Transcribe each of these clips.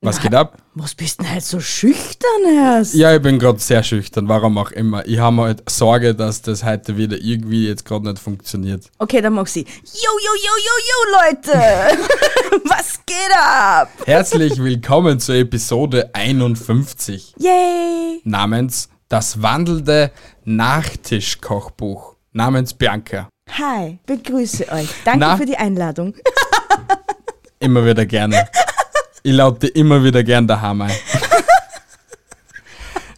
Was geht ab? Was bist denn halt so schüchtern, Herrs? Ja, ich bin gerade sehr schüchtern, warum auch immer. Ich habe halt Sorge, dass das heute wieder irgendwie jetzt gerade nicht funktioniert. Okay, dann mach sie. Yo, yo, yo, yo, yo, Leute! Was geht ab? Herzlich willkommen zur Episode 51 Yay! namens Das wandelnde Nachtischkochbuch namens Bianca. Hi, begrüße euch. Danke Na? für die Einladung. Immer wieder gerne. Ich laute immer wieder gern daheim ein.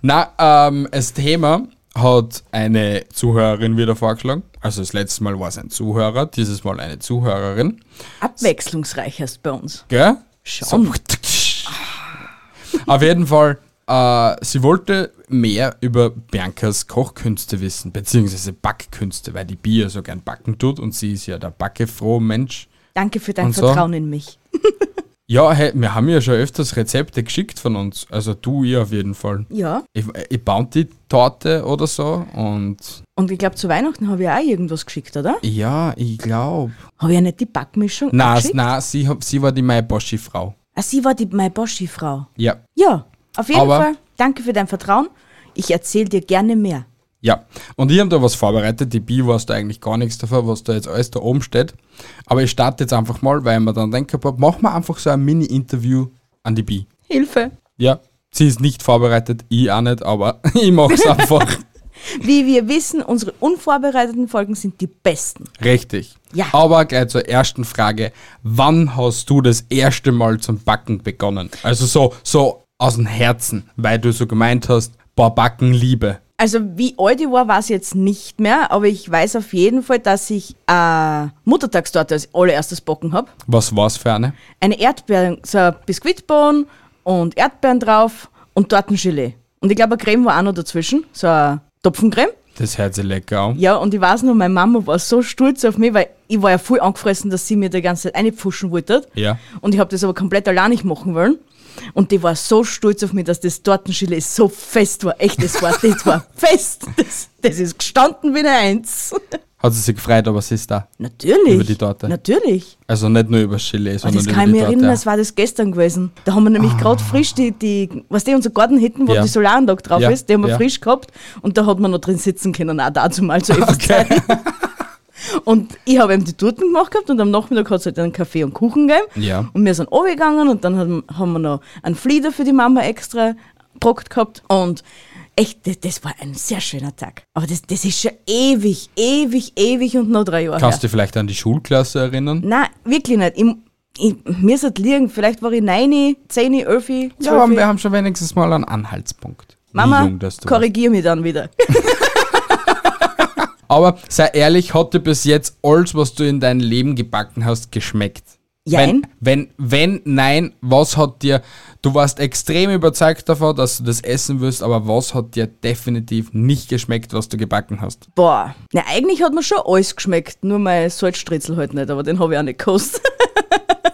Na, ähm, das Thema hat eine Zuhörerin wieder vorgeschlagen. Also das letzte Mal war es ein Zuhörer, dieses Mal eine Zuhörerin. Abwechslungsreich erst bei uns. Gell? Schon. So. Auf jeden Fall, äh, sie wollte mehr über Biancas Kochkünste wissen, beziehungsweise Backkünste, weil die Bier so gern backen tut und sie ist ja der backefrohe Mensch. Danke für dein Und so? Vertrauen in mich. Ja, hey, wir haben ja schon öfters Rezepte geschickt von uns. Also du, ihr auf jeden Fall. Ja, Ich, ich Bounty-Torte oder so und und ich glaube, zu Weihnachten habe ich auch irgendwas geschickt, oder? ja, ich glaube. Habe ich ja nicht die Backmischung Na, geschickt? na, sie, hab- sie war die Maiboshi-Frau. Ah, sie war die Maiboshi-Frau. Ja, Ja, auf jeden Aber- Fall. Danke für dein Vertrauen. Ich erzähle dir gerne mehr. Ja, und ich habe da was vorbereitet. Die Bi weiß da eigentlich gar nichts davon, was da jetzt alles da oben steht. Aber ich starte jetzt einfach mal, weil ich mir dann denke, machen wir einfach so ein Mini-Interview an die Bi. Hilfe. Ja, sie ist nicht vorbereitet, ich auch nicht, aber ich mache es einfach Wie wir wissen, unsere unvorbereiteten Folgen sind die besten. richtig. Ja. Aber gleich zur ersten Frage. Wann hast du das erste Mal zum Backen begonnen? Also so, so aus dem Herzen, weil du so gemeint hast, boah, Backen liebe. Also wie alt ich war, weiß ich jetzt nicht mehr, aber ich weiß auf jeden Fall, dass ich äh, Muttertagstorte als allererstes backen habe. Was war's für eine? Eine Erdbeeren, so ein Biskuitbohnen und Erdbeeren drauf und Tortengelee. Und ich glaube, eine Creme war auch noch dazwischen, so eine Topfencreme. Das hört sich lecker an. Ja, und ich weiß noch, meine Mama war so stolz auf mich, weil ich war ja voll angefressen, dass sie mir die ganze Zeit reinpfuschen wollte. Ja. Und ich habe das aber komplett allein nicht machen wollen. Und die war so stolz auf mich, dass das Tortenschille so fest war. Echt, das war, das war fest. Das, das ist gestanden wie eine Eins. Hat sie sich gefreut, aber sie ist da. Natürlich. Über die Torte. Natürlich. Also nicht nur über Chile, Und sondern das über kann ich die mich erinnern, Torte. Ah. das war das gestern gewesen. Da haben wir nämlich gerade frisch die, die, was die, unser Garten hinten, wo Ja. die Solaranlage drauf Ja, ist, die haben wir ja. frisch gehabt und da hat man noch drin sitzen können, auch dazu mal so etwas Okay. Und ich habe eben die Torten gemacht gehabt und am Nachmittag hat es halt einen Kaffee und Kuchen gegeben. Ja. Und wir sind runtergegangen und dann haben, haben wir noch einen Flieder für die Mama extra gepackt gehabt. Und echt, das, das war ein sehr schöner Tag. Aber das, das ist schon ewig, ewig, ewig und noch drei Jahre her. Kannst du dich vielleicht an die Schulklasse erinnern? Nein, wirklich nicht. Ich, ich, mir ist es liegen, vielleicht war ich 9, 10, 11, 12. Ja, aber wir haben schon wenigstens mal einen Anhaltspunkt. Wie Mama, jung das du warst. korrigier mich dann wieder. Aber sei ehrlich, hat dir bis jetzt alles, was du in deinem Leben gebacken hast, geschmeckt? Jein. Wenn, wenn, wenn nein, was hat dir, du warst extrem überzeugt davon, dass du das essen wirst, aber was hat dir definitiv nicht geschmeckt, was du gebacken hast? Boah. Na, eigentlich hat mir schon alles geschmeckt, nur mein Salzstritzel halt nicht, aber den habe ich auch nicht gekostet.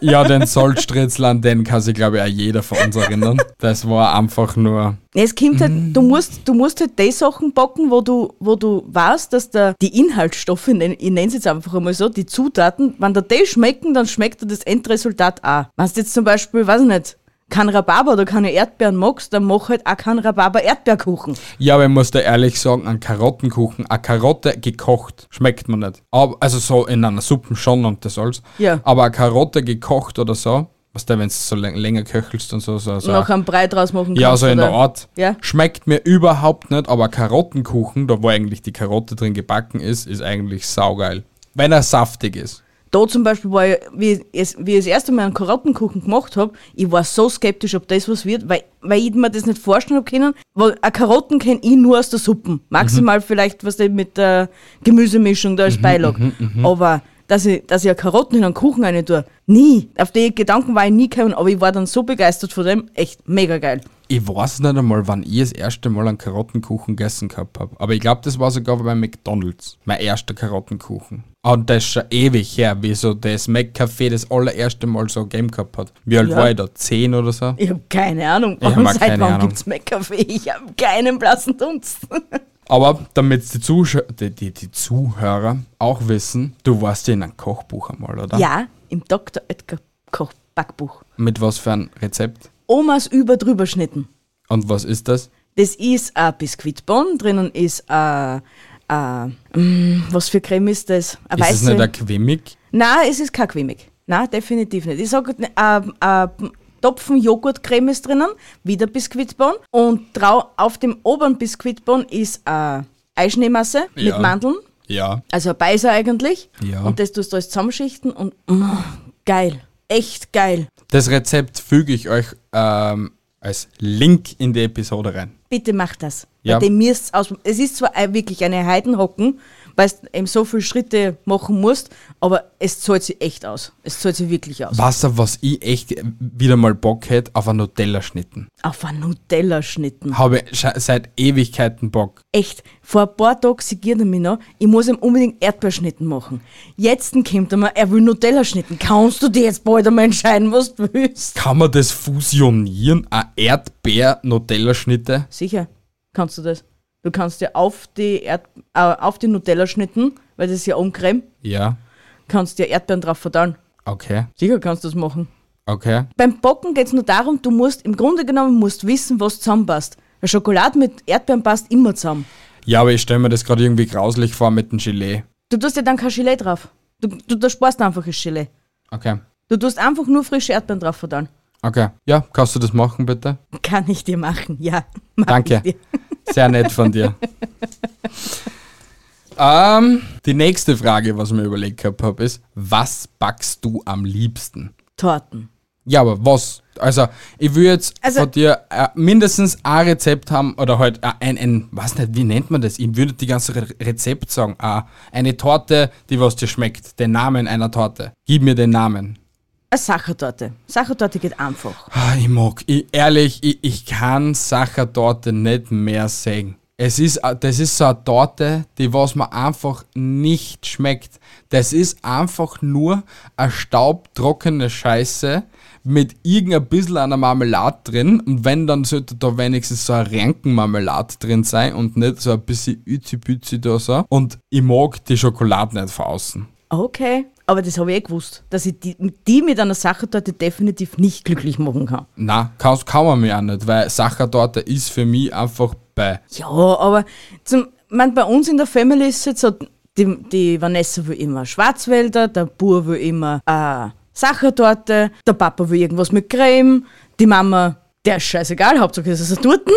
ja, den Salzstritzel, an den kann sich, glaube ich, auch jeder von uns erinnern. Das war einfach nur, Nee, es kommt halt, Mm. du musst, du musst halt die Sachen backen, wo du, wo du weißt, dass der, die Inhaltsstoffe, ich nenn- ich nenne es jetzt einfach einmal so, die Zutaten, wenn der die schmecken, dann schmeckt dir das Endresultat auch. Wenn du jetzt zum Beispiel, weiß ich nicht, kein Rhabarber oder keine Erdbeeren magst, dann mach halt auch keinen Rhabarber-Erdbeerkuchen. Ja, aber ich muss da ehrlich sagen, an Karottenkuchen, eine Karotte gekocht, schmeckt man nicht. Aber, also so in einer Suppe schon und das alles. Ja. Aber eine Karotte gekocht oder so, weißt du, wenn du so läng- länger köchelst und so, so, so. Noch einen Brei draus machen ja, kannst, so in der oder- Art. Ja. Schmeckt mir überhaupt nicht, aber Karottenkuchen, da wo eigentlich die Karotte drin gebacken ist, ist eigentlich saugeil. Wenn er saftig ist. Da zum Beispiel war ich, wie ich, es- wie ich das erste Mal einen Karottenkuchen gemacht habe, ich war so skeptisch, ob das was wird, weil, weil ich mir das nicht vorstellen habe können. Weil eine Karotten kenne ich nur aus der Suppen. Maximal vielleicht, was ich mit der Gemüsemischung da als Mhm, Beilage. Aber dass ich, dass ich eine Karotten in einen Kuchen rein tue, nie. Auf die Gedanken war ich nie gekommen, aber ich war dann so begeistert von dem, echt mega geil. Ich weiß nicht einmal, wann ich das erste Mal einen Karottenkuchen gegessen gehabt habe. Aber ich glaube, das war sogar bei McDonalds. Mein erster Karottenkuchen. Und das ist schon ewig her, wie so das McCafé das allererste Mal so Game gehabt hat. Wie alt Ja. war ich da? Zehn oder so? Ich habe keine Ahnung. Ich hab auch Und seit keine wann Ahnung. gibt es Kaffee? Ich habe keinen blassen Dunst. Aber damit die, Zuschau die, die, die Zuhörer auch wissen, du warst ja in einem Kochbuch einmal, oder? Ja, im Dr. Edgar Koch Backbuch. Mit was für ein Rezept? Omas über drüber schnitten. Und was ist das? Das ist ein Biskuitbon, drinnen ist ein, ein, mm, was für Creme ist das? Eine Ist es nicht ein Quimmig? Nein, es ist kein Quemig. Nein, definitiv nicht. Ich sage, ein, ein Topfen Joghurtcreme ist drinnen, wieder Biskuitbon und drau auf dem oberen Biskuitbon ist eine Eischneemasse Ja. mit Mandeln, Ja. also ein Beiser eigentlich. Ja. Und das tust du alles zusammenschichten und mm, geil, echt geil. Das Rezept füge ich euch ähm, als Link in die Episode rein. bitte macht das. Ja. Ja. Dem müsst's aus. Es ist zwar ein- wirklich eine Heidenhocken, weil du eben so viele Schritte machen musst, aber es zahlt sich echt aus. Es zahlt sich wirklich aus. Was, auf was ich echt wieder mal Bock hätte, auf einen Nutella-Schnitten. Auf einen Nutella schnitten. Habe ich sche- seit Ewigkeiten Bock. Echt. Vor ein paar Tagen segiert er mich noch, ich muss ihm unbedingt Erdbeerschnitten machen. Jetzt kommt er mir, er will Nutella schnitten. Kannst du dir jetzt bald einmal entscheiden, was du willst? Kann man das fusionieren? Ein Erdbeer-Nutella-Schnitte? Sicher, kannst du das. Du kannst dir auf die, Erd äh, auf die Nutella schnitten, weil das ist ja umcreme, Ja. kannst dir Erdbeeren drauf verdauen. Okay. Sicher kannst du das machen. Okay. Beim Backen geht es nur darum, du musst im Grunde genommen musst wissen, was zusammenpasst. Weil Schokolade mit Erdbeeren passt immer zusammen. Ja, aber ich stelle mir das gerade irgendwie grauslich vor mit dem Gelee. Du tust ja dann kein Gelee drauf. Du, du, du sparst einfach das Gelee. Okay. Du tust einfach nur frische Erdbeeren drauf verdauen. Okay. Ja, kannst du das machen, bitte? Kann ich dir machen, ja. Mach Danke. Ich dir. Sehr nett von dir. ähm, die nächste Frage, was ich mir überlegt gehabt habe, ist, was backst du am liebsten? Torten. Ja, aber was? Also, ich will jetzt Also- von dir äh, mindestens ein Rezept haben oder halt äh, ein, ein, weiß nicht, wie nennt man das? Ich würde die ganze Re Rezept sagen. Äh, eine Torte, die was dir schmeckt. Den Namen einer Torte. Gib mir den Namen. Eine Sachertorte. Sachertorte geht einfach. Ah, ich mag, ich, ehrlich, ich, ich kann Sacher Torte nicht mehr sehen. Es ist, a- das ist so eine Torte, die was mir einfach nicht schmeckt. Das ist einfach nur eine staubtrockene Scheiße mit irgendein bisschen einer Marmelade drin. Und wenn, dann sollte da wenigstens so eine Rankenmarmelade drin sein und nicht so ein bisschen üzi-büzi da so. Und ich mag die Schokolade nicht von außen. Okay. Aber das habe ich eh gewusst, dass ich die, die mit einer Sachertorte definitiv nicht glücklich machen kann. Na, kann, kann man mir auch nicht, weil Sacher Torte ist für mich einfach bei. Ja, aber zum, man, bei uns in der Family ist es jetzt so, die, die Vanessa will immer Schwarzwälder, der Bur will immer äh, Sachertorte, der Papa will irgendwas mit Creme, die Mama, der ist scheißegal, Hauptsache es ist eine Torten.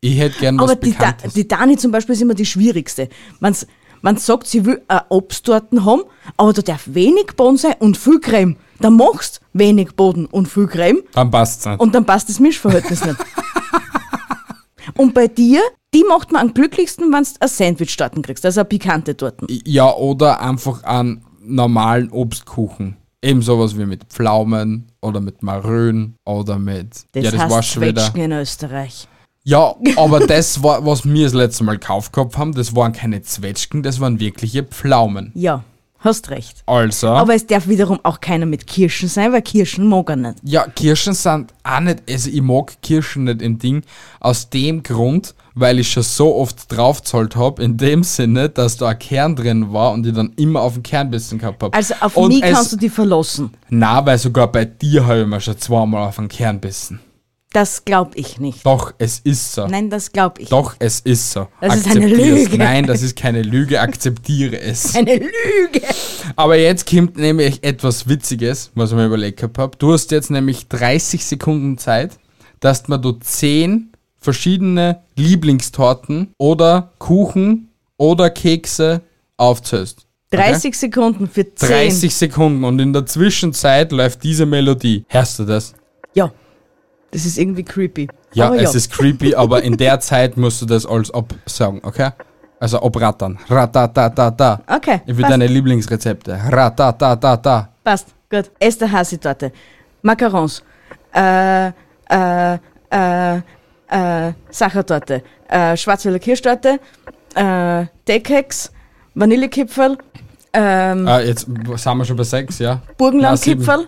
Ich hätte gern Aber was die, da, Bekanntes. die Dani zum Beispiel ist immer die schwierigste. Man's, man sagt, sie will äh, Obsttorten haben, aber da darf wenig Boden sein und viel Creme. Dann machst wenig Boden und viel Creme Dann passt's nicht. und dann passt das Mischverhältnis nicht. Und bei dir, die macht man am glücklichsten, wenn du ein Sandwich dort kriegst, also eine pikante Torten. ja, oder einfach einen normalen Obstkuchen. Eben sowas wie mit Pflaumen oder mit Marön oder mit. ja, das heißt war schon wieder. Zwetschgen in Österreich. Ja, aber das war, was wir das letzte Mal gekauft gehabt haben, das waren keine Zwetschgen, das waren wirkliche Pflaumen. Ja, hast recht. Also. Aber es darf wiederum auch keiner mit Kirschen sein, weil Kirschen mag er nicht. Ja, Kirschen sind auch nicht, also ich mag Kirschen nicht im Ding, aus dem Grund, weil ich schon so oft draufzahlt habe, in dem Sinne, dass da ein Kern drin war und ich dann immer auf den Kern bissen gehabt habe. Also auf und nie es- kannst du die verlassen. Na, weil sogar bei dir habe ich mir schon zweimal auf den Kern bissen. Das glaub ich nicht. Doch, es ist so. Nein, das glaub ich. Doch, es ist so. Das ist eine Akzeptier's. Lüge. Nein, das ist keine Lüge, akzeptiere es. Eine Lüge. Aber jetzt kommt nämlich etwas Witziges, was ich mir überlegt gehabt habe. Du hast jetzt nämlich 30 Sekunden Zeit, dass du mir du 10 verschiedene Lieblingstorten oder Kuchen oder Kekse aufzählst. 30 Sekunden für 10. 30 Sekunden und in der Zwischenzeit läuft diese Melodie. Hörst du das? Ja. Das ist irgendwie creepy. Ja, Aber es ist creepy, aber in der Zeit musst du das alles absagen, okay? Also abrattern. Ratatatata. Okay, Ich will passt. deine Lieblingsrezepte. Ratatatata. Passt, gut. Erste Hasi-Torte. Macarons. Äh, äh, äh, äh, Sachertorte. Äh, Schwarzwälder Kirschtorte. Äh, Deckheks. Vanillekipferl. Ähm, Ah, jetzt sind wir schon bei sechs, ja? Nein, sieben. Burgenlandkipferl.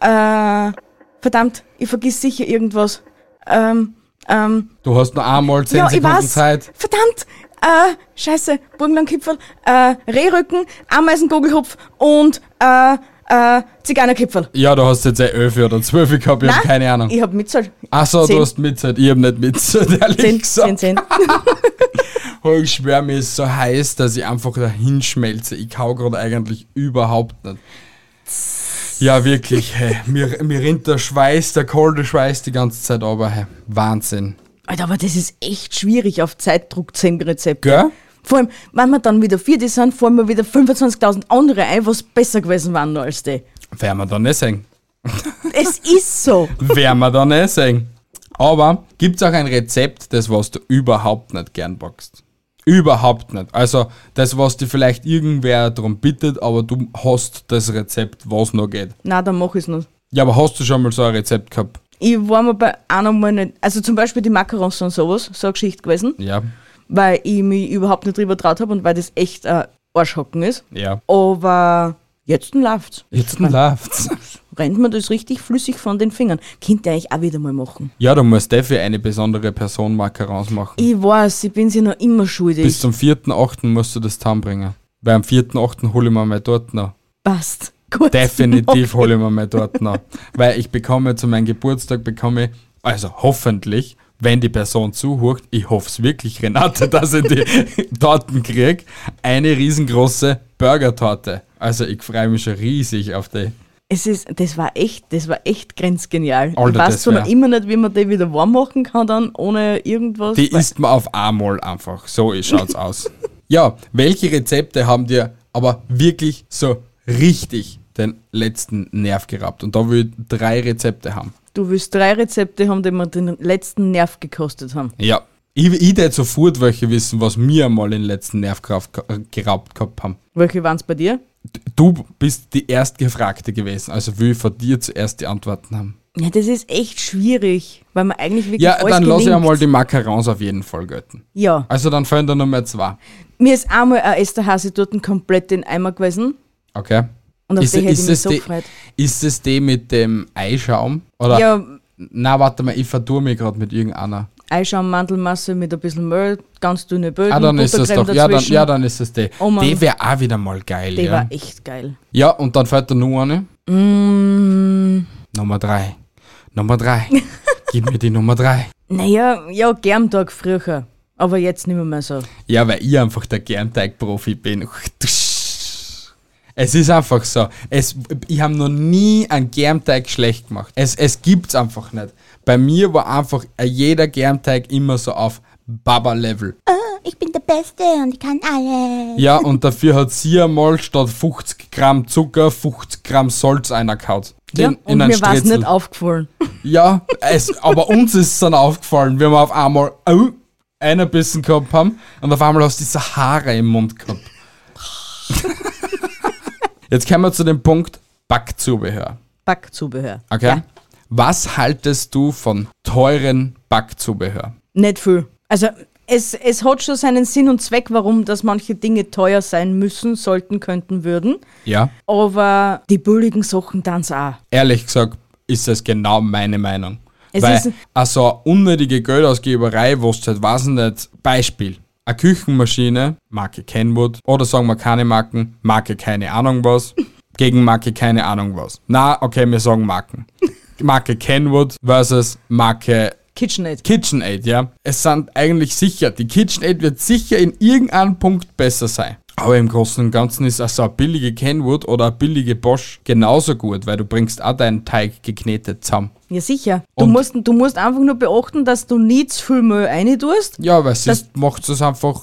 äh, verdammt, ich vergiss sicher irgendwas. Ähm, ähm, Du hast nur einmal zehn ja, ich Sekunden weiß. Zeit. Verdammt. Äh, scheiße. Burgenlandkipferl. Äh, Rehrücken. Ameisengogelhupf. Und äh, äh, Zigeunerkipferl. Ja, du hast jetzt eh 11 oder 12 gehabt, ich hab Nein, keine Ahnung. Ah, Ich habe mitzahlt. Achso, Zehn. du hast mitzeit, ich hab nicht mitzeit, ehrlich 10, 10, gesagt. 10. Oh, Ich schwör, mir ist so heiß, dass ich einfach dahin schmelze. Ich kau gerade eigentlich überhaupt nicht. Ja, wirklich, hey. mir, mir rinnt der Schweiß, der kalte Schweiß die ganze Zeit aber hey. Wahnsinn. Alter, aber das ist echt schwierig auf Zeitdruck, 10 Rezepte. Gell? Vor allem, wenn wir dann wieder vier die sind, fallen mir wieder 25.000 andere ein, was besser gewesen waren als die. Werden wir dann nicht sehen. Es ist so. Werden wir dann nicht sehen. Aber gibt's auch ein Rezept, das was du überhaupt nicht gern backst? Überhaupt nicht. Also das, was dir vielleicht irgendwer darum bittet, aber du hast das Rezept, was noch geht. Na, dann mach ich's nicht. Ja, aber hast du schon mal so ein Rezept gehabt? Ich war mir bei einer mal nicht, also zum Beispiel die Macarons und sowas, so eine Geschichte gewesen, Ja. weil ich mich überhaupt nicht drüber traut habe und weil das echt äh, Arschhocken ist. Ja. Aber jetzt läuft's. Jetzt läuft's. Rennt mir das richtig flüssig von den Fingern. Könnt ihr eigentlich auch wieder mal machen. Ja, du musst dafür eine besondere Person Macarons machen. Ich weiß, ich bin sie noch immer schuldig. Bis zum 4.8. musst du das zusammenbringen. Weil am 4.8. hole ich mir meine Torten noch. Passt. Gut. Definitiv hole ich mir meine Torten noch. Weil ich bekomme zu meinem Geburtstag, bekomme ich- also hoffentlich, wenn die Person zuhört, ich hoffe es wirklich, Renate, dass ich die Torten kriege, eine riesengroße Burger-Torte. Also ich freue mich schon riesig auf die. Es ist, das war echt, das war echt grenzgenial. Alter, ich weiß das zwar wär- noch immer nicht, wie man die wieder warm machen kann dann, ohne irgendwas. Die Weil- isst man auf einmal einfach. So ist- schaut's aus. Ja, welche Rezepte haben dir aber wirklich so richtig den letzten Nerv geraubt? Und da will ich drei Rezepte haben. du willst drei Rezepte haben, die mir den letzten Nerv gekostet haben. Ja. Ich, ich hätte sofort welche wissen, was mir einmal den letzten Nerv geraubt, geraubt gehabt haben. Welche waren es bei dir? Du bist die Erstgefragte gewesen, also will ich von dir zuerst die Antworten haben. Ja, das ist echt schwierig, weil man eigentlich wirklich Ja, alles dann lass ich gelingt. einmal die Macarons auf jeden Fall gelten. Ja, Also dann fallen da nur mehr zwei. mir ist einmal ein Esterhase dort komplett in den Eimer gewesen. Okay. Und auf die hätte ich mich es so die- gefreut. Ist es die mit dem Eischaum? Oder? Ja, Na, warte mal, ich vertue mich gerade mit irgendeiner. Eischaum, Mandelmasse mit ein bisschen Mehl, ganz dünne Böden, Ah, dann ist es Buttercreme doch. Ja dann, dazwischen. ja, dann ist es die. Oh Mann. die wäre auch wieder mal geil. Die ja. war echt geil. ja, und dann fällt da nur eine. Mm. Nummer drei. Nummer drei. Gib mir die Nummer drei. Naja, ja, gern Tag früher, aber jetzt nicht mehr so. Ja, weil ich einfach der Germteig-Profi bin. Es ist einfach so. Es, ich habe noch nie einen Germteig schlecht gemacht. Es, es gibt's einfach nicht. Bei mir war einfach jeder Germteig immer so auf Baba-Level. Ich bin der Beste und ich kann alles. Ja, und dafür hat sie einmal statt 50 Gramm Zucker 50 Gramm Salz einer kaut. Ja, In- in und ein mir war es Stritzel. nicht aufgefallen. Ja, es, aber uns ist es dann aufgefallen, wir haben auf einmal au, einen Bissen gehabt haben und auf einmal hast du diese Haare im Mund gehabt. Jetzt kommen wir zu dem Punkt Backzubehör. Backzubehör. Okay? Ja, Was haltest du von teuren Backzubehör? nicht viel. Also es, es hat schon seinen Sinn und Zweck, warum dass manche Dinge teuer sein müssen, sollten, könnten, würden. Ja, Aber die billigen Sachen dann auch. ehrlich gesagt ist das genau meine Meinung. Es Weil ist- also eine unnötige Geldausgeberei, was halt, weiß ich nicht, Beispiel. Eine Küchenmaschine, Marke Kenwood, oder sagen wir keine Marken, Marke keine Ahnung was, gegen Marke keine Ahnung was. Na, okay, wir sagen Marken. Marke Kenwood versus Marke KitchenAid. KitchenAid, ja. Es sind eigentlich sicher, die KitchenAid wird sicher in irgendeinem Punkt besser sein. Aber im Großen und Ganzen ist also eine billige Kenwood oder eine billige Bosch genauso gut, weil du bringst auch deinen Teig geknetet zusammen. Ja, sicher. Du Und- musst, du musst einfach nur beachten, dass du nie zu viel Müll reintust. Ja, weil sonst macht es einfach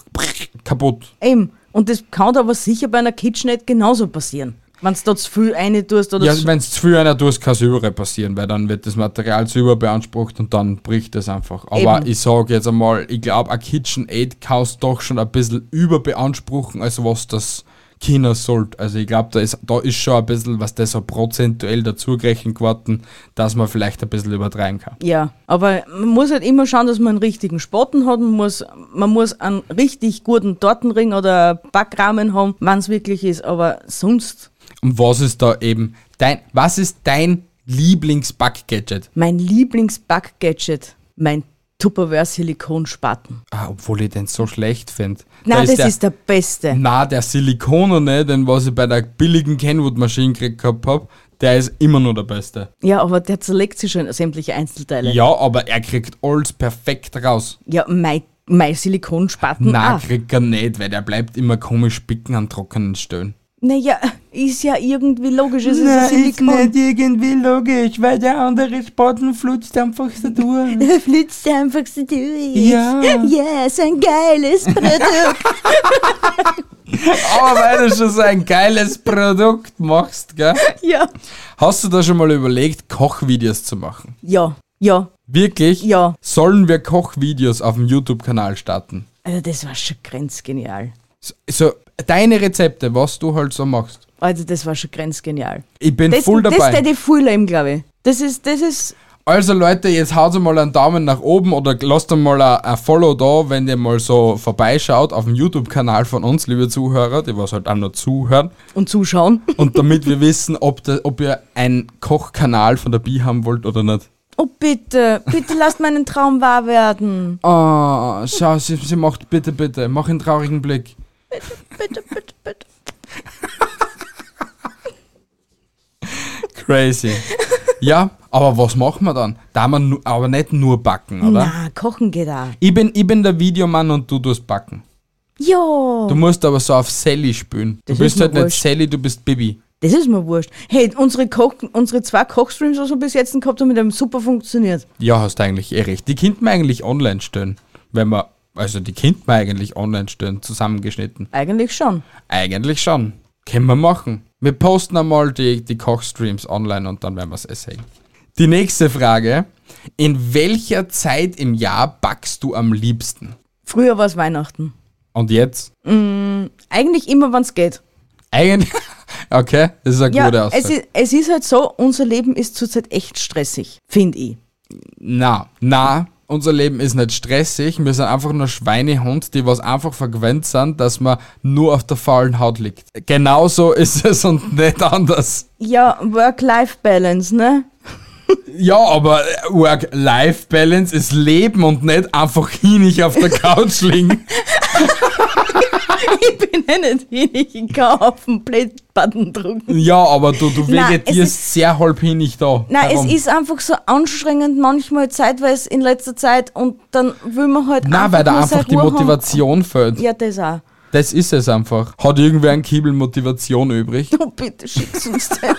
kaputt. Eben. Und das kann dir aber sicher bei einer KitchenAid genauso passieren. Wenn du da zu viel reintust oder Ja, so. wenn es zu viel einer tust, kann es Übere passieren, weil dann wird das Material zu über beansprucht und dann bricht es einfach. Aber Eben. ich sage jetzt einmal, ich glaube, ein KitchenAid kannst doch schon ein bisschen überbeanspruchen, als was das China sollte. Also ich glaube, da ist, da ist schon ein bisschen, was das so prozentuell dazugerechnet geworden, dass man vielleicht ein bisschen übertreiben kann. Ja, aber man muss halt immer schauen, dass man einen richtigen Spaten hat. Man muss, man muss einen richtig guten Tortenring oder Backrahmen haben, wenn es wirklich ist. Aber sonst, Und was ist da eben dein, was ist dein Lieblingsbackgadget? mein Lieblingsbackgadget, mein Tupperware-Silikonspaten. Ah, obwohl ich den so schlecht finde. Nein, das ist der beste. Na, der Silikonerne, den was ich bei der billigen Kenwood-Maschine gekriegt gehabt habe, der ist immer nur der Beste. Ja, aber der zerlegt sich schon sämtliche Einzelteile. Ja, aber er kriegt alles perfekt raus. Ja, mein, mein Silikonspaten Ah, Na, auch. kriegt er nicht, weil der bleibt immer komisch bicken an trockenen Stellen. Naja, ist ja irgendwie logisch, es ist ein Silikon. irgendwie logisch, weil der andere Spaten flutscht einfach so durch. Da flitzt einfach so durch. Ja. Ja, so ein geiles Produkt. Aber Ah, weil du schon so ein geiles Produkt machst, gell? Ja. Hast du da schon mal überlegt, Kochvideos zu machen? Ja, ja, Wirklich? Ja. Sollen wir Kochvideos auf dem YouTube-Kanal starten? also das war schon grenzgenial. So, deine Rezepte, was du halt so machst. Also das war schon grenzgenial. Ich bin Das, voll das dabei. hätte ich voll leben, glaube ich. Das ist, das ist, also Leute, jetzt haut mal einen Daumen nach oben oder lasst mal ein- ein Follow da, wenn ihr mal so vorbeischaut auf dem YouTube-Kanal von uns, liebe Zuhörer, die was halt auch noch zuhören. und zuschauen. Und damit wir wissen, ob, da- ob ihr einen Kochkanal von der Bi haben wollt oder nicht. Oh bitte, bitte lasst meinen Traum wahr werden. Ah, schau, sie, sie macht bitte, bitte, mach einen traurigen Blick. Oh, Bitte, bitte, bitte. Crazy. ja, aber was machen wir dann? Da man nu- aber nicht nur backen, oder? Na, kochen geht auch. Ich bin, ich bin der Videomann und du tust backen. Ja, Du musst aber so auf Sally spielen. Du Oh. Das bist ist mir halt nicht wurscht. Sally, du bist Bibi. das ist mir wurscht. Hey, unsere, Koch, unsere zwei Kochstreams, was wir bis jetzt gehabt haben, mit dem super funktioniert. Ja, hast eigentlich eh recht. Die könnten wir eigentlich online stellen. Wenn wir, also die könnten wir eigentlich online stellen, zusammengeschnitten. Eigentlich schon. Eigentlich schon. Können wir machen. Wir posten einmal die, die Kochstreams online und dann werden wir es essen. Die nächste Frage. In welcher Zeit im Jahr backst du am liebsten? Früher war es Weihnachten. Und jetzt? Eigentlich immer, wenn es geht. Eigentlich. Okay, das ist eine gute Ja, Aussage. es ist, es ist halt so, unser Leben ist zurzeit echt stressig, finde ich. Na, na, unser Leben ist nicht stressig. Wir sind einfach nur Schweinehund, die was einfach vergewöhnt sind, dass man nur auf der faulen Haut liegt. Genauso ist es und nicht anders. Ja, Work-Life-Balance, ne? Ja, aber Work-Life-Balance ist Leben und nicht einfach hinig auf der Couch liegen. Ich bin ja nicht hin, ich kann auf den Play-Button drücken. Ja, aber du, du Nein, es vegetierst sehr halb hinig da. Nein, herum. es ist einfach so anstrengend manchmal zeitweise in letzter Zeit und dann will man halt Nein, weil da nur seine einfach die Ruhe Motivation fehlt. Haben. Ja, das auch. Das ist es einfach. Hat irgendwer einen Kiebel Motivation übrig? Oh, bitte schick's uns den.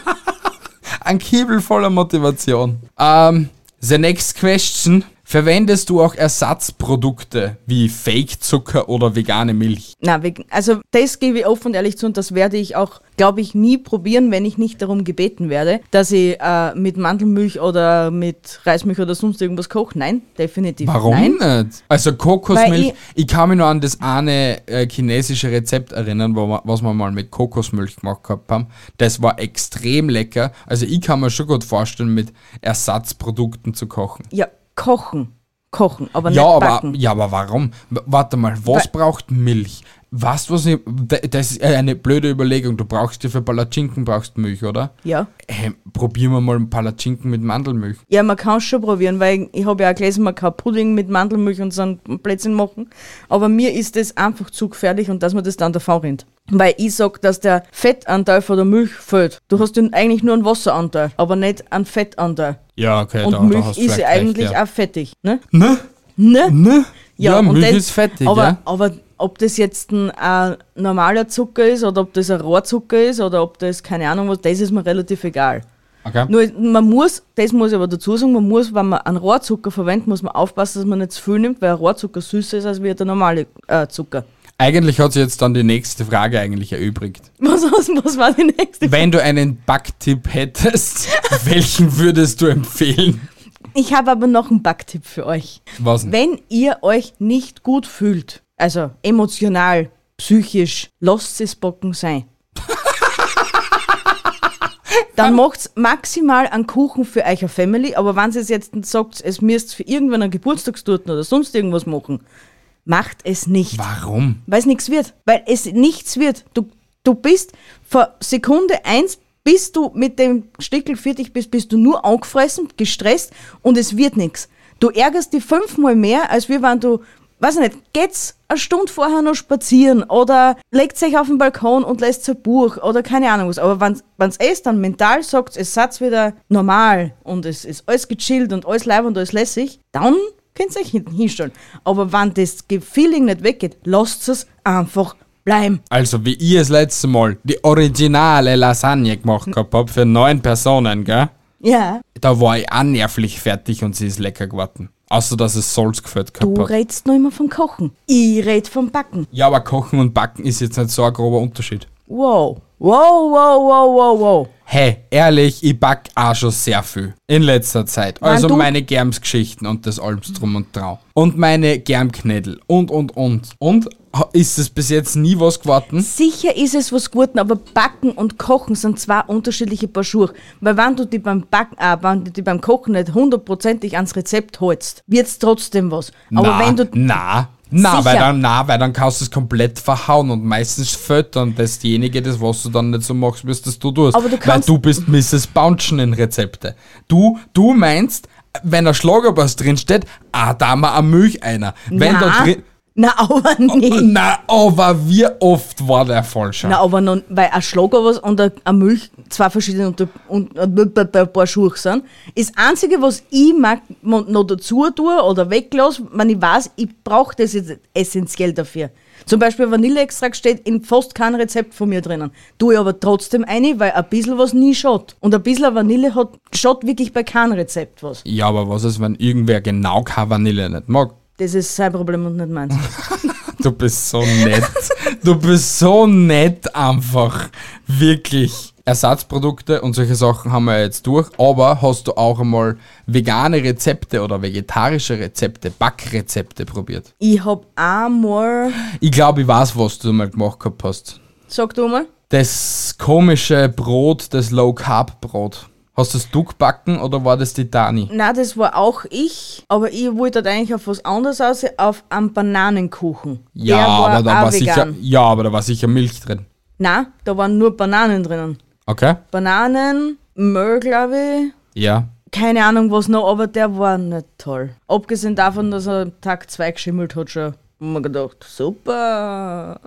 Ein Kiebel voller Motivation. Ähm, the next question. Verwendest du auch Ersatzprodukte wie Fake-Zucker oder vegane Milch? Nein, wegen- also das gebe ich offen und ehrlich zu und das werde ich auch, glaube ich, nie probieren, wenn ich nicht darum gebeten werde, dass ich äh, mit Mandelmilch oder mit Reismilch oder sonst irgendwas koche. Nein, definitiv Warum nein. nicht? Also Kokosmilch, Weil ich- ich, kann mich nur an das eine äh, chinesische Rezept erinnern, wo wir, was wir mal mit Kokosmilch gemacht gehabt haben. Das war extrem lecker. Also ich kann mir schon gut vorstellen, mit Ersatzprodukten zu kochen. Ja, kochen. Kochen, aber Ja nicht aber, backen. ja, aber warum? W- Warte mal, was Weil- braucht Milch? Weißt du, was ich. da- Das ist eine blöde Überlegung. Du brauchst dir für Palatschinken brauchst Milch, oder? Ja. Hey, probieren wir mal Palatschinken mit Mandelmilch. Ja, man kann es schon probieren, weil ich habe ja auch gelesen, man kann Pudding mit Mandelmilch und so ein Plätzchen machen. Aber mir ist das einfach zu gefährlich und dass man das dann davon rennt. Weil ich sag, dass der Fettanteil von der Milch fällt. Du hast den eigentlich nur einen Wasseranteil, aber nicht einen Fettanteil. Ja, okay, und da, da Milch hast du ist ja vielleicht eigentlich recht, ja. auch fettig. Ne? Ne? Ne? Ne? Ja, und Milch das- ist fettig, aber, ja. aber ob das jetzt ein, ein normaler Zucker ist oder ob das ein Rohrzucker ist oder ob das keine Ahnung was, das ist mir relativ egal. Okay. Nur man muss, das muss ich aber dazu sagen, man muss, wenn man einen Rohrzucker verwendet, muss man aufpassen, dass man nicht zu viel nimmt, weil ein Rohrzucker süßer ist als wie der normale äh, Zucker. Eigentlich hat sich jetzt dann die nächste Frage eigentlich erübrigt. Was, was, was war die nächste? Wenn du einen Backtipp hättest, welchen würdest du empfehlen? Ich habe aber noch einen Backtipp für euch. Was denn? Wenn ihr euch nicht gut fühlt, also emotional, psychisch, lasst es Bocken sein. Dann macht's maximal einen Kuchen für eure Family, aber wenn ihr es jetzt sagt, es müsst für irgendwann einen Geburtstagstorten oder sonst irgendwas machen, macht es nicht. Warum? Weil es nichts wird. Weil es nichts wird. Du, du bist von Sekunde eins, bis du mit dem Stickel fertig bist, bist du nur angefressen, gestresst und es wird nichts. Du ärgerst dich fünfmal mehr, als wir wenn du, weiß ich nicht, geht's eine Stunde vorher noch spazieren oder legt sich auf den Balkon und lässt ein Buch oder keine Ahnung was. Aber wenn's wenn's eh ist, dann mental sagt, es satz wieder normal und es ist alles gechillt und alles live und alles lässig, dann könnt ihr euch hinten hinstellen. Aber wenn das Ge- Feeling nicht weggeht, lasst es einfach bleiben. Also, wie ich das letzte Mal die originale Lasagne gemacht gehabt hab für neun Personen, gell? Ja. Da war ich auch nervlich fertig und sie ist lecker geworden. Außer, dass es Salz gefällt Du gehabt hat. redst noch immer vom Kochen. Ich red vom Backen. Ja, aber Kochen und Backen ist jetzt nicht so ein grober Unterschied. Wow. Wow, wow, wow, wow, wow. Hey, ehrlich, ich back auch schon sehr viel in letzter Zeit. Nein, Also du- meine Germsgeschichten und das Alms drum und drau. Und meine Germknädel und, und, und. Und ha- ist es bis jetzt nie was geworden? Sicher ist es was geworden, aber Backen und Kochen sind zwei unterschiedliche Paar Schuhe. Weil wenn du die beim Backen, äh, wenn du die beim Kochen nicht hundertprozentig ans Rezept holst, wird's trotzdem was. Aber na, wenn du Na, na Sicher. weil, dann, na, weil dann kannst du es komplett verhauen und meistens fällt dann das diejenige, das was du dann nicht so machst, wirst das du tust. Aber du weil kannst- du bist Mrs. Bounchen in Rezepte. Du, du meinst, wenn ein Schlagerbass drinsteht, ah, da mal ein Milch einer. Wenn na, da drin... na, aber nicht. Na, aber wie oft war der Fall schon? Na, aber noch, weil ein Schlager was und ein- ein Milch zwei verschiedene unter, und, und, ein paar Schuhe sind. Das Einzige, was ich mag, mo- noch dazu tue oder weglasse, wenn ich weiß, ich brauche das jetzt essentiell dafür. Zum Beispiel Vanilleextrakt steht in fast kein Rezept von mir drinnen. Tue ich aber trotzdem eine, weil ein bisschen was nie schaut. Und ein bisschen Vanille hat, schaut wirklich bei keinem Rezept was. Ja, aber was ist, wenn irgendwer genau keine Vanille nicht mag? Das ist sein Problem und nicht meins. Du bist so nett. du bist so nett einfach. Wirklich. Ersatzprodukte und solche Sachen haben wir jetzt durch, aber hast du auch einmal vegane Rezepte oder vegetarische Rezepte, Backrezepte probiert? ich hab einmal, Ich glaube, ich weiß, was du mal gemacht gehabt hast. sag du mal, Das komische Brot, das Low-Carb-Brot. Hast das du gebacken oder war das die Dani? Na, das war auch ich, aber ich wollte dort eigentlich auf was anderes aus, auf einen Bananenkuchen. Ja, Der war aber da auch war sicher, vegan. ja, aber da war sicher Milch drin. Na, da waren nur Bananen drinnen. Okay? Bananen, Möhr, glaube Ja. ich, keine Ahnung was noch, aber der war nicht toll. Abgesehen davon, dass er am Tag 2 geschimmelt hat, schon hab ich mir gedacht, super.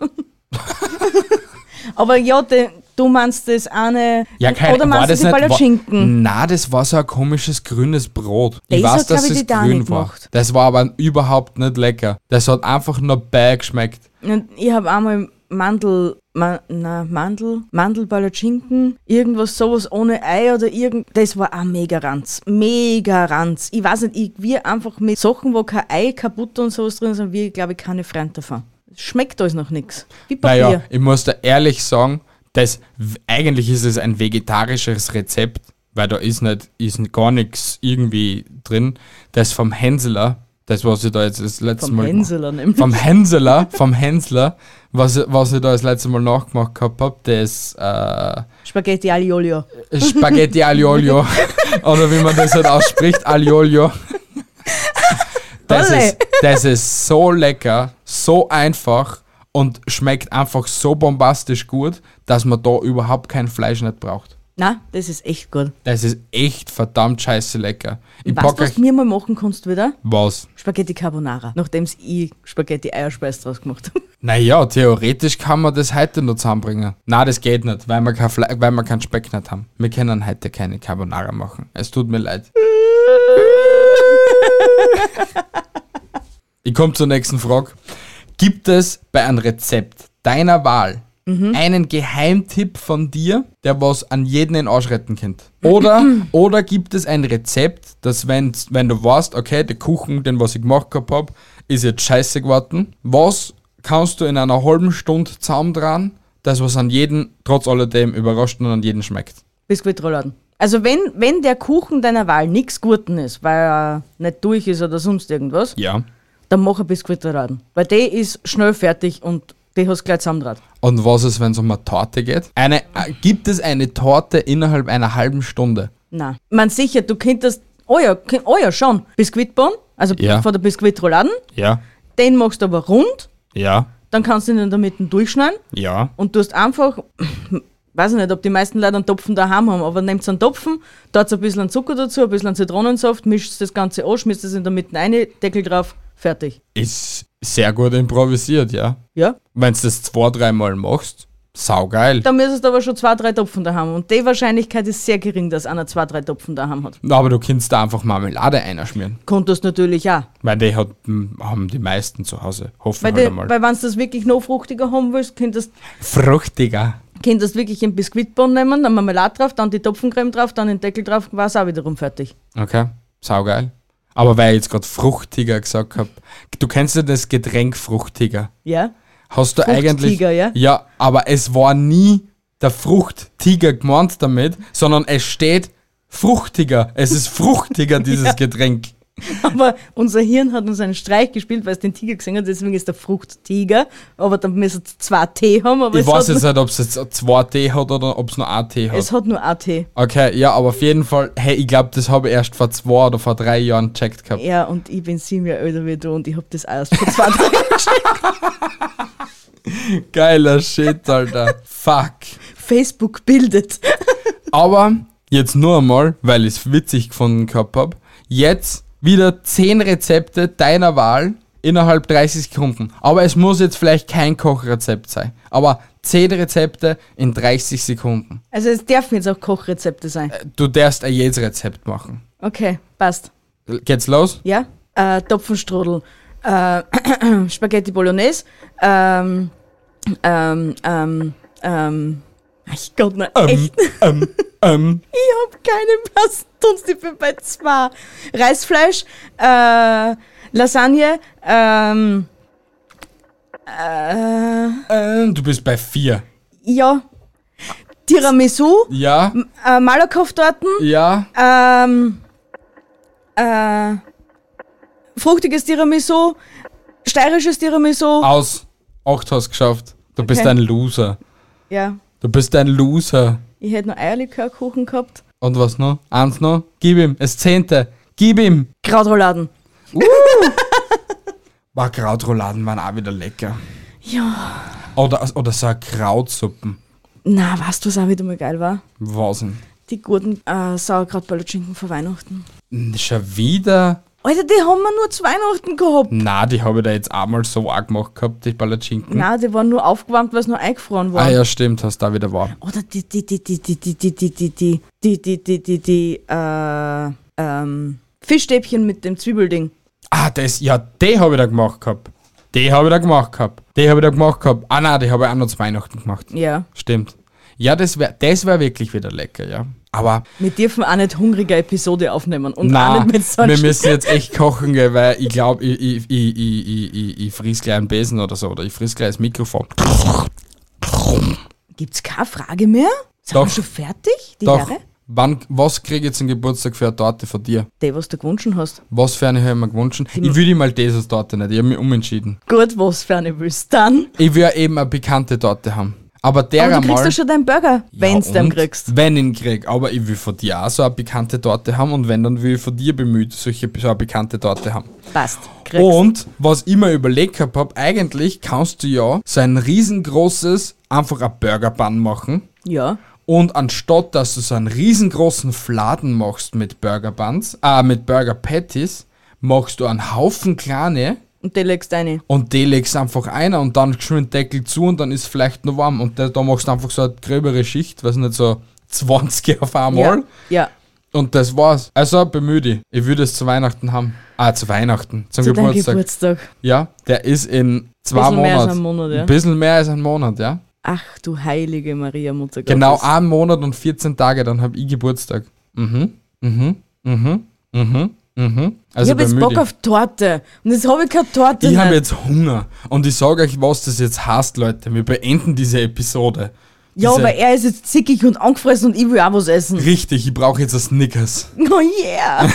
aber ja, de, du meinst das eine, Ja, keine oder meinst du die Palatschinken? Na, das war so ein komisches grünes Brot. Das ich hat, weiß, glaub dass ich, es die Dani grün war. gemacht. Das war aber überhaupt nicht lecker. Das hat einfach nur beigeschmeckt. Und ich habe einmal Mandel, Ma, na, Mandel, Mandelpalatschinken, irgendwas sowas ohne Ei oder irgend, das war auch mega ranz, mega ranz. Ich weiß nicht, ich, wir einfach mit Sachen, wo kein Ei, kein Butter und sowas drin sind, wir, glaube ich, keine Freund davon. Schmeckt alles noch nichts. Wie Papier. Naja, ich muss da ehrlich sagen, das, w- eigentlich ist es ein vegetarisches Rezept, weil da ist, nicht, ist gar nichts irgendwie drin. Das vom Hänseler, das, was ich da jetzt das letzte Vom Mal. gemacht- Hänseler nämlich. Vom Hänseler, vom Hänseler, was, ich- was ich da das letzte Mal nachgemacht gehabt habe, das. Äh, Spaghetti Aliolio. Spaghetti Aliolio. Oder wie man das halt ausspricht, Aliolio. Das Olle. ist, das ist so lecker, so einfach und schmeckt einfach so bombastisch gut, dass man da überhaupt kein Fleisch nicht braucht. Nein, das ist echt gut. Das ist echt verdammt scheiße lecker. Ich Weißt pack du, was euch du mir mal machen kannst wieder? was. Spaghetti Carbonara, nachdem ich Spaghetti Eierspeis draus gemacht habe. Naja, theoretisch kann man das heute noch zusammenbringen. Na, das geht nicht, weil wir, kein Fle weil wir keinen Speck nicht haben. Wir können heute keine Carbonara machen. Es tut mir leid. ich komme zur nächsten Frage. Gibt es bei einem Rezept deiner Wahl einen Geheimtipp von dir, der was an jeden in Arsch retten kennt? Oder, oder gibt es ein Rezept, das wenn, wenn du weißt, okay, der Kuchen, den was ich gemacht gehabt habe, ist jetzt scheiße geworden. Was kannst du in einer halben Stunde zaum dran, das was an jeden trotz alledem überrascht und an jeden schmeckt? Biskuitrolladen. Also wenn, wenn der Kuchen deiner Wahl nichts Guten ist, weil er nicht durch ist oder sonst irgendwas, Ja. dann mach ein Biskuitrolladen. Weil der ist schnell fertig und die hast du gleich zusammendraht. Und was ist, wenn es um eine Torte geht? Eine, äh, gibt es eine Torte innerhalb einer halben Stunde? Nein. Man sicher, du könntest, oh ja, kö- oh ja schon, Biskuitbon, also Ja. von der Biskuitrolladen, Ja. den machst du aber rund, Ja. dann kannst du ihn in der Mitte durchschneiden Ja. und tust einfach, weiß ich nicht, ob die meisten Leute einen Topfen daheim haben, aber nehmt einen Topfen, dort ein bisschen Zucker dazu, ein bisschen Zitronensaft, mischt das Ganze an, schmeißt es in der Mitte rein, Deckel drauf, fertig. Ist sehr gut improvisiert, ja. Ja? Wenn du das zwei, dreimal machst, saugeil. Da müsstest du aber schon zwei, drei Topfen daheim haben. Und die Wahrscheinlichkeit ist sehr gering, dass einer zwei, drei Topfen daheim hat. Aber du kannst da einfach Marmelade einschmieren. Konntest natürlich auch. Weil die hat, m, haben die meisten zu Hause. Hoffen Weil, wir die, halt einmal. weil wenn du das wirklich noch fruchtiger haben willst, könntest Fruchtiger. könntest wirklich ein Biskuitbon nehmen, dann Marmelade drauf, dann die Topfencreme drauf, dann den Deckel drauf, war es auch wiederum fertig. Okay, saugeil. Aber weil ich jetzt gerade fruchtiger gesagt habe, du kennst ja das Getränk fruchtiger. Ja? Hast du Fruchttiger, eigentlich. ja? Ja, aber es war nie der Fruchttiger gemeint damit, sondern es steht fruchtiger. Es ist fruchtiger, dieses Getränk. Aber unser Hirn hat uns einen Streich gespielt, weil es den Tiger gesehen hat, deswegen ist der Fruchttiger. Aber dann müssen es zwei T haben, aber Ich es, weiß hat jetzt nicht, ob es jetzt 2T hat oder ob es nur 1T nur, hat. es hat nur ein T. Okay, ja, aber auf jeden Fall, hey, ich glaube, das habe ich erst vor zwei oder vor drei Jahren gecheckt gehabt. Ja, und ich bin sieben Jahre älter wie du und ich hab das auch erst vor zwei Tagen gecheckt. Geiler Shit, Alter. Fuck. Facebook bildet. Aber jetzt nur einmal, weil ich es witzig gefunden gehabt habe, jetzt wieder 10 Rezepte deiner Wahl innerhalb 30 Sekunden. Aber es muss jetzt vielleicht kein Kochrezept sein. Aber 10 Rezepte in 30 Sekunden. Also es dürfen jetzt auch Kochrezepte sein. Du darfst ein jedes Rezept machen. Okay, passt. Geht's los? Ja? Äh, Topfenstrudel, äh, Spaghetti Bolognese, ähm, ähm, ähm, ähm, ich Gott, nein, echt, ähm, ähm. ich hab keinen Platz, sonst ich bin bei zwei. Reisfleisch, äh, Lasagne, ähm, Ähm, du bist bei 4. ja, Tiramisu, Ja, äh, Malakoff-Torten, ja, ähm, äh, fruchtiges Tiramisu, steirisches Tiramisu, aus. 8 hast geschafft. Du bist Okay. ein Loser. ja. Du bist ein Loser. Ich hätte noch Eierlikörkuchen gehabt. Und was noch? Eins noch? Gib ihm. Das zehnte. Gib ihm. Krautrouladen. War Krautrouladen waren auch wieder lecker. Ja. Oder, oder so eine Krautsuppen. Na, weißt du, was auch wieder mal geil war? Was denn? Die guten äh, Sauerkrautballertschinken vor Weihnachten. N- Hm, Schon wieder? Alter, die haben wir nur zu Weihnachten gehabt. Na, die habe ich da jetzt einmal so arg gemacht gehabt, die Palatschinken. Na, die waren nur aufgewärmt, weil sie noch eingefroren waren. Hm? Ah ja, stimmt, hast da wieder wahr. Oder die, die, die, die, die, die, die, die, die, die, die, die, die, die, die, äh, ähm, Fischstäbchen mit dem Zwiebelding. Ah, das, ja, die habe ich da gemacht gehabt. Die habe ich da gemacht gehabt. Die habe ich da gemacht gehabt. Ah nein, die habe ich auch noch zu Weihnachten gemacht. Ja. Stimmt. Ja, das wäre das wär wirklich wieder lecker, ja. Aber Wir dürfen auch nicht hungrige Episode aufnehmen. Und auch Nein, nicht mit wir solchen. müssen jetzt echt kochen, gell, weil ich glaube, ich, ich, ich, ich, ich, ich, ich friss gleich einen Besen oder so, oder ich friss gleich das Mikrofon. Gibt's keine Frage mehr? Sind Doch. wir schon fertig? Die Doch, Jahre? wann, was krieg ich zum Geburtstag für eine Torte von dir? Die, was du gewünscht hast. Was für eine habe ich mir gewünscht? Ich will die Malteser-Torte nicht, ich habe mich umentschieden. Gut, was für eine willst dann? Ich will eben eine pikante Torte haben. Aber der Aber du kriegst einmal. doch schon deinen Burger, wenn du den und? kriegst. Wenn ich ihn krieg. Aber ich will von dir auch so eine bekannte Torte haben und wenn, dann will ich von dir bemüht solche, so eine bekannte Torte haben. Passt. Kriegst. Und was ich mir überlegt hab, hab, eigentlich kannst du ja so ein riesengroßes, einfach ein Burgerbann machen. Ja. Und anstatt, dass du so einen riesengroßen Fladen machst mit Burger Buns, äh, mit Burger Patties, machst du einen Haufen kleine Und den legst du rein. und die legst einfach ein und dann schön Deckel zu und dann ist vielleicht noch warm. Und da, da machst du einfach so eine gröbere Schicht, weiß nicht, so 20 auf einmal. Ja. ja. Und das war's. Also bemühe dich. Ich würde es zu Weihnachten haben. Ah, zu Weihnachten. Zum Zu deinem Geburtstag. Geburtstag. Ja, der ist in zwei Bisschen mehr als Monaten. einem Monat, ja. Ein bisschen mehr als ein Monat, ja. Ach du heilige Maria, Mutter Gottes. Genau einen Monat und 14 Tage, dann habe ich Geburtstag. Mhm, mhm, mhm, mhm, mhm. ich Also habe jetzt bemühe Bock dich. auf Torte. Und jetzt habe ich keine Torte. Ich mehr. habe jetzt Hunger. Und ich sage euch, was das jetzt heißt, Leute. Wir beenden diese Episode. ja, diese- aber er ist jetzt zickig und angefressen und ich will auch was essen. Richtig, ich brauche jetzt ein Snickers. Oh yeah.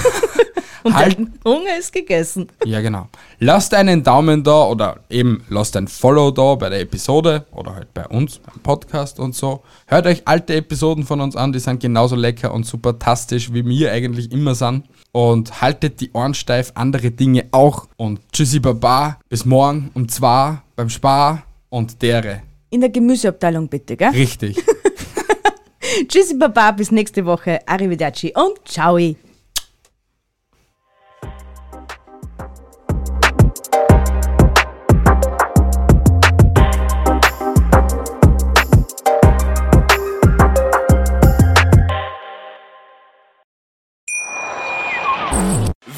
und Halt- dein Hunger ist gegessen. Ja, genau. Lasst einen Daumen da oder eben lasst ein Follow da bei der Episode oder halt bei uns, beim Podcast und so. Hört euch alte Episoden von uns an, die sind genauso lecker und supertastisch, wie wir eigentlich immer sind. Und haltet die Ohren steif, andere Dinge auch. Und tschüssi baba, bis morgen um zwei beim Spar und dere. In der Gemüseabteilung bitte, gell? Richtig. Tschüssi Baba, bis nächste Woche. Arrivederci und ciao.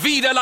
Wieder